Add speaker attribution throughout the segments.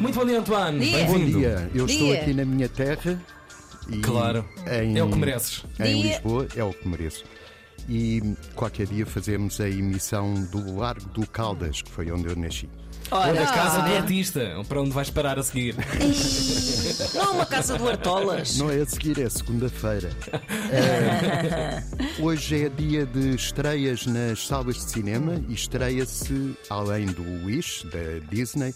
Speaker 1: Muito bom dia, Antoine.
Speaker 2: Dia.
Speaker 1: Bem-vindo.
Speaker 3: Bom dia, eu estou
Speaker 2: Então, é Dia.
Speaker 3: aqui na minha terra. E
Speaker 1: Claro.
Speaker 3: em-
Speaker 1: É o que mereces.
Speaker 3: Em
Speaker 2: Dia.
Speaker 3: Lisboa, é o que mereço. E qualquer dia fazemos a emissão do Largo do Caldas, que foi onde é eu nasci.
Speaker 1: Olha, a casa do
Speaker 2: olha.
Speaker 1: artista, para onde vais parar a seguir.
Speaker 2: Ih, Não é uma casa do Artolas.
Speaker 3: Não é a seguir, é segunda-feira. É, hoje é dia de estreias nas salas de cinema e estreia-se, além do Wish, da Disney,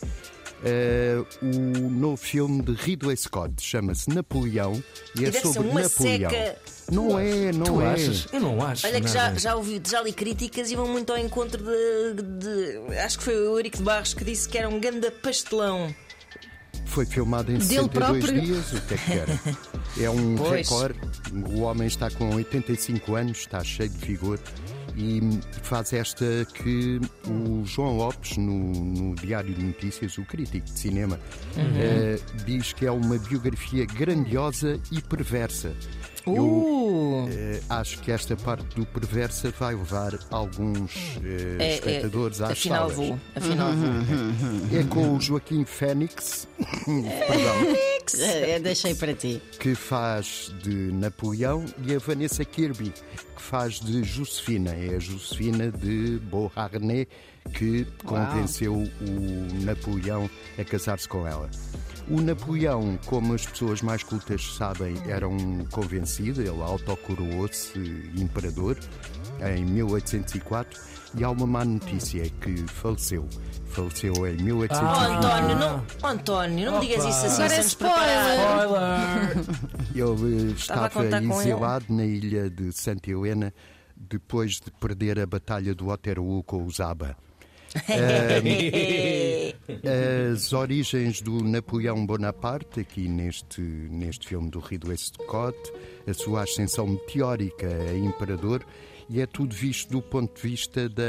Speaker 3: é, o novo filme de Ridley Scott. Chama-se Napoleão e, é
Speaker 2: deve ser
Speaker 3: sobre
Speaker 2: uma
Speaker 3: Napoleão.
Speaker 2: seca.
Speaker 3: Não é, não
Speaker 1: tu
Speaker 3: é.
Speaker 1: achas? Eu não acho.
Speaker 2: Olha que já,
Speaker 1: nada.
Speaker 2: já ouvi, já li críticas e vão muito ao encontro de, de- Acho que foi o Eurico de Barros que disse que era um ganda pastelão.
Speaker 3: Foi filmado em
Speaker 4: Dele
Speaker 3: 62
Speaker 4: próprio.
Speaker 3: dias, o que é que era? É um
Speaker 2: Pois.
Speaker 3: recorde. O homem está com 85 anos, está cheio de vigor e faz esta que o João Lopes, no, no Diário de Notícias, o crítico de cinema,
Speaker 2: Uhum.
Speaker 3: eh, diz que é uma biografia grandiosa e perversa.
Speaker 2: Uh!
Speaker 3: Eu eh, acho que esta parte do perversa vai levar alguns eh, espectadores Uhum. às
Speaker 2: É, afinal
Speaker 3: salas.
Speaker 2: vou. Afinal vou.
Speaker 3: É com o Joaquim Fênix. Perdão.
Speaker 4: Eh, Deixei para ti.
Speaker 3: que faz de Napoleão, e a Vanessa Kirby, que faz de Josefina. É a Josefina de Beauharnais que convenceu o Napoleão a casar-se com ela. O Napoleão, como as pessoas mais cultas sabem, era um convencido, ele autocoroou-se imperador em 1804 e há uma má notícia é que faleceu. Faleceu em 1820.
Speaker 2: Oh, António, não, oh, António, não me digas isso assim.
Speaker 4: Agora é
Speaker 2: estamos preparados.
Speaker 4: spoiler.
Speaker 1: Spoiler!
Speaker 3: Ele eh,
Speaker 2: Estava a
Speaker 3: estava
Speaker 2: contar com
Speaker 3: exilado na ilha de Santa Helena depois de perder a batalha do Waterloo com os ABBA.
Speaker 4: é
Speaker 3: As origens do Napoleão Bonaparte, aqui neste, neste filme do Ridley Scott, a sua ascensão meteórica a imperador, e é tudo visto do ponto de vista da.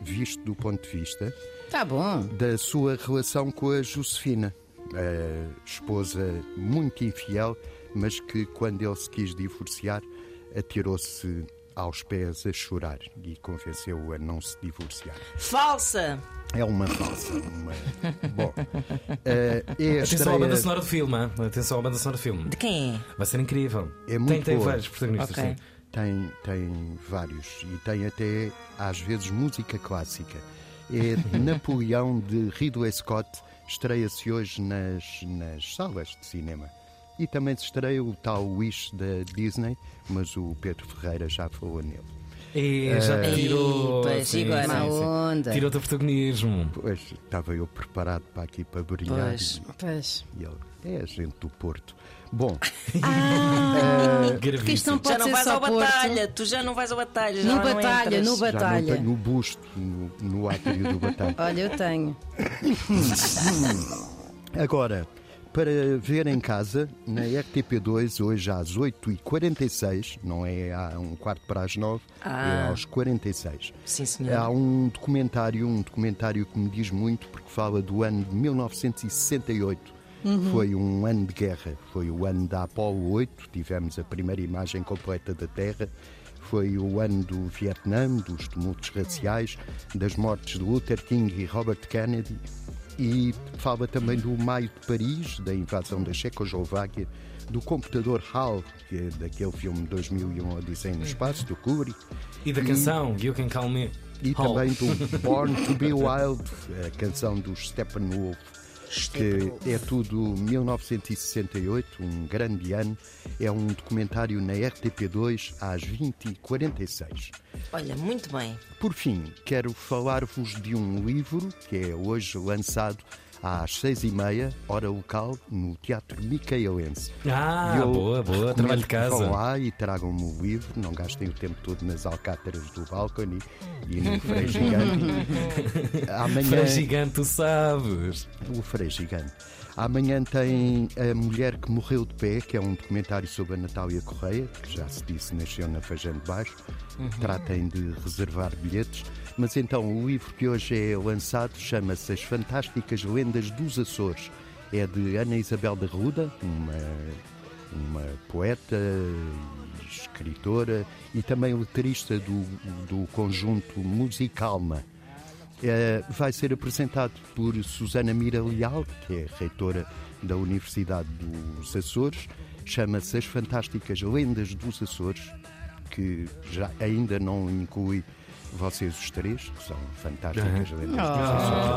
Speaker 3: Visto do ponto de vista
Speaker 4: Tá bom.
Speaker 3: da sua relação com a Josefina, a esposa muito infiel, mas que quando ele se quis divorciar, atirou-se aos pés a chorar e convenceu-o a não se divorciar.
Speaker 2: Falsa.
Speaker 3: É uma falsa. Uma... Bom, eh, é a
Speaker 1: Atenção à banda
Speaker 3: estreia...
Speaker 1: sonora do filme, hein? atenção à banda sonora do filme.
Speaker 2: De quem é?
Speaker 1: Vai ser incrível.
Speaker 3: É muito
Speaker 1: tem, tem
Speaker 3: boa.
Speaker 1: vários protagonistas.
Speaker 2: Ok.
Speaker 1: sim.
Speaker 3: Tem, tem vários e tem até, às vezes, música clássica. É de Napoleão de Ridley Scott, estreia-se hoje nas, nas salas de cinema. E também se estreia o tal Wish da Disney, mas o Pedro Ferreira já falou nele.
Speaker 1: E já
Speaker 3: Eh,
Speaker 1: te tirou.
Speaker 2: Ih, pois, agora.
Speaker 4: Má onda.
Speaker 1: Tirou-te o protagonismo.
Speaker 3: Pois estava eu preparado para aqui para brilhar.
Speaker 2: Pois.
Speaker 4: Pois.
Speaker 3: E ele é a gente do Porto. Bom,
Speaker 4: Porque isto
Speaker 1: Gravíssimo.
Speaker 4: não pode
Speaker 2: já não
Speaker 4: ser
Speaker 2: vais
Speaker 4: só
Speaker 2: ao
Speaker 4: Porto.
Speaker 2: batalha, tu já não vais ao batalha. já
Speaker 4: No
Speaker 2: lá não
Speaker 4: batalha,
Speaker 2: entras.
Speaker 4: no
Speaker 3: já não
Speaker 4: batalha.
Speaker 3: tenho o busto no, no átrio do Batalha.
Speaker 4: Olha, eu tenho.
Speaker 3: Agora, para ver em casa, na RTP2, hoje às 8h46, não é a um quarto para as 9, é aos 46.
Speaker 2: Sim, senhor.
Speaker 3: Há um documentário, um documentário que me diz muito porque fala do ano de 1968. Foi um ano de guerra, foi o ano da Apolo 8, tivemos a primeira imagem completa da Terra, foi o ano do Vietnã, dos tumultos raciais, das mortes de Luther King e Robert Kennedy, e fala também do Maio de Paris, da invasão da Checoslováquia, do computador HAL, que é daquele filme 2001 Odisseia no Espaço, do Kubrick,
Speaker 1: E da canção, You Can Call Me.
Speaker 3: e
Speaker 1: Hall.
Speaker 3: também do Born to Be Wild, a canção dos Steppenwolf, que é tudo 1968, um grande ano. É um documentário na RTP2 às 20h46.
Speaker 2: Olha, muito bem.
Speaker 3: Por fim, quero falar-vos de um livro que é hoje lançado às seis e meia, hora local, no Teatro Micaelense.
Speaker 1: Ah,
Speaker 3: E eu
Speaker 1: boa, boa.
Speaker 3: recomendo
Speaker 1: Trabalho de
Speaker 3: que Vão
Speaker 1: casa.
Speaker 3: lá e tragam-me o livro, não gastem o tempo todo nas alcátaras do balcone e no freio gigante.
Speaker 1: Para
Speaker 3: Amanhã,
Speaker 1: gigante, tu sabes.
Speaker 3: o freio gigante. Amanhã tem A Mulher que Morreu de Pé, que é um documentário sobre a Natália Correia, que já se disse nasceu na Fajã de Baixo. Tratem de reservar bilhetes. Mas então, o livro que hoje é lançado chama-se As Fantásticas Lendas dos Açores. É de Ana Isabel da Ruda, uma uma poeta, e escritora e também letrista do, do conjunto Musicalma. eh, vai ser apresentado por Susana Mira Leal, que é reitora da Universidade dos Açores. Chama-se As Fantásticas Lendas dos Açores, que já ainda não inclui vocês os três, que são fantásticas lendas dos Açores.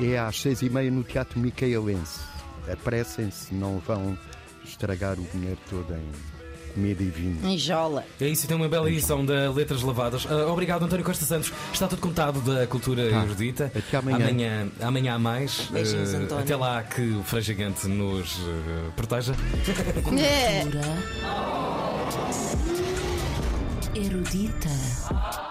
Speaker 3: É às seis e meia no Teatro Micaelense. Apressem-se, não vão estragar o dinheiro todo em comida e vinho.
Speaker 4: Enjola.
Speaker 1: É isso, e tem uma bela edição da Letras Lavadas. Ah, obrigado, António Costa Santos. Está tudo contado da cultura
Speaker 3: Tá.
Speaker 1: erudita.
Speaker 3: Até amanhã.
Speaker 1: Amanhã, amanhã há mais.
Speaker 2: Beijinhos,
Speaker 1: Ah,
Speaker 2: António.
Speaker 1: até lá que o Frei Gigante nos ah, proteja.
Speaker 4: É.
Speaker 5: Cultura erudita.